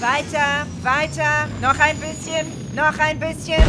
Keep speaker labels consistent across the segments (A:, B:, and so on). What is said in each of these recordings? A: Weiter, weiter, noch ein bisschen, noch ein bisschen,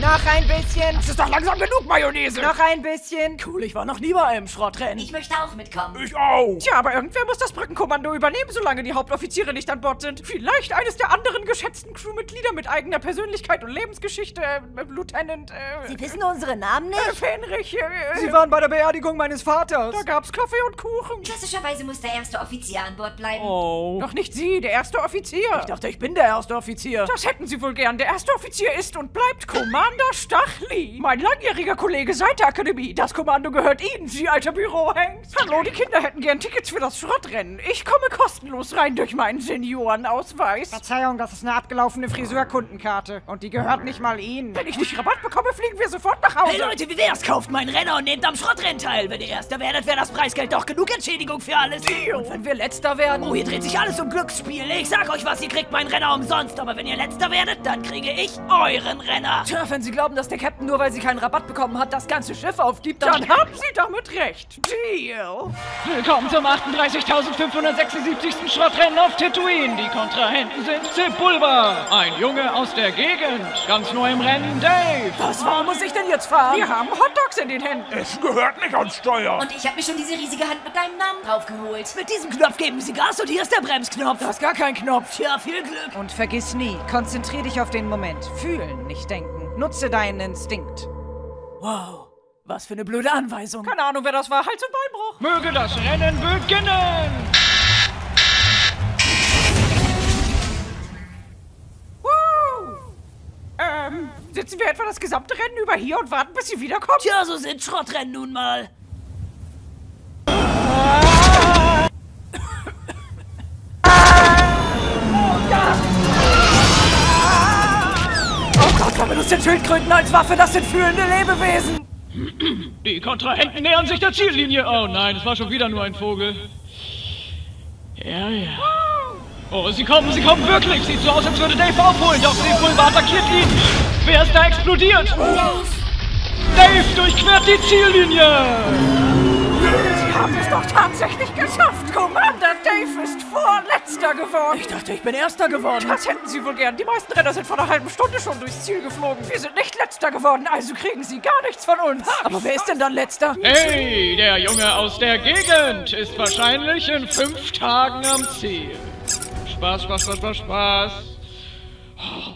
A: noch ein bisschen,
B: Das ist doch langsam genug Mayonnaise.
A: noch ein bisschen.
C: Cool, ich war noch nie bei einem Schrottrennen.
D: Ich möchte auch mitkommen.
B: ich auch.
C: Tja, aber irgendwer muss das Brückenkommando übernehmen, solange die Hauptoffiziere nicht an Bord sind. Vielleicht eines der anderen geschätzten Crewmitglieder mit eigener Persönlichkeit und Lebensgeschichte, äh, Lieutenant, äh,
E: Sie wissen unsere Namen
C: äh,
E: nicht?
C: Fähnrich, äh,
A: Sie
C: äh,
A: waren bei der Beerdigung meines
C: da
A: Vaters.
C: gab's Kaffee und Kuchen.
D: Klassischerweise muss der erste Offizier an Bord bleiben.
C: Oh. Doch nicht Sie, der erste Offizier. Ich dachte, ich bin der erste Offizier. Das hätten Sie wohl gern. Der erste Offizier ist und bleibt Commander Stachli. Mein langjähriger Kollege seit der Akademie. Das Kommando gehört Ihnen, Sie alter Bürohengst. Hallo, die Kinder hätten gern Tickets für das Schrottrennen. Ich komme kostenlos rein durch meinen Seniorenausweis.
A: Verzeihung, das ist eine abgelaufene Friseurkundenkarte. Und die gehört nicht mal Ihnen.
C: Wenn ich nicht Rabatt bekomme, fliegen wir sofort nach Hause.
F: Hey Leute, wie wär's? Kauft meinen Renner und nehmt am Schrottrennen teil. Wenn ihr Erster werdet, wäre das Preisgeld doch genug Entschädigung für alles.
C: Und wenn wir letzter werden.
F: Oh, hier dreht sich alles um Glücksspiel. Ich sag euch was, ihr kriegt meinen Renner umsonst. Aber wenn ihr Letzter werdet, dann kriege ich euren Renner.
C: Tja, wenn Sie glauben, dass der Captain nur weil sie keinen Rabatt bekommen hat, das ganze Schiff aufgibt, dann, dann haben Sie damit recht. Deal.
G: Willkommen zum 38.576. Schrottrennen auf Tatooine. Die Kontrahenten sind Sepulba, ein Junge aus der Gegend. Ganz neu im Rennen Dave.
C: Was, warum muss ich denn jetzt fahren? Wir haben Hotdogs in den Händen.
B: Essen gehört nicht ans Steuer.
D: Und ich habe mir schon diese riesige Hand mit deinem Namen draufgeholt.
F: Mit diesem Knopf geben Sie Gas und hier ist der Bremsknopf.
C: Da ist gar kein Knopf.
F: Tja, viel Glück.
A: Und vergiss nie, konzentrier dich auf den Moment. Fühlen, nicht denken. Nutze deinen Instinkt.
C: Wow, was für eine blöde Anweisung. Keine Ahnung, wer das war. Halt Hals- und Beinbruch.
G: Möge das Rennen beginnen.
C: Wow. Ähm, sitzen wir etwa das gesamte Rennen über hier und warten, bis sie wiederkommt?
F: Tja, so sind Schrottrennen nun mal.
C: Oh Gott, wer benutzt denn Schildkröten als Waffe? Das sind fühlende Lebewesen.
G: Die Kontrahenten nähern sich der Ziellinie. Oh nein, es war schon wieder nur ein Vogel. Ja, ja. Oh, sie kommen, sie kommen wirklich. Sieht so aus, als würde Dave aufholen. Doch Sepulba attackiert ihn. Wer ist da explodiert? Dave durchquert die Ziellinie.
C: Sie haben es doch tatsächlich geschafft. Commander Dave ist vorletzter geworden. Ich dachte, ich bin erster geworden. Das hätten sie wohl gern. Die meisten Renner sind vor einer halben Stunde schon durchs Ziel geflogen. Wir sind nicht letzter geworden, also kriegen sie gar nichts von uns. Aber wer ist denn dann letzter?
G: Hey, der Junge aus der Gegend ist wahrscheinlich in fünf Tagen am Ziel. Spaß, Spaß, Spaß, Spaß, Spaß. Oh,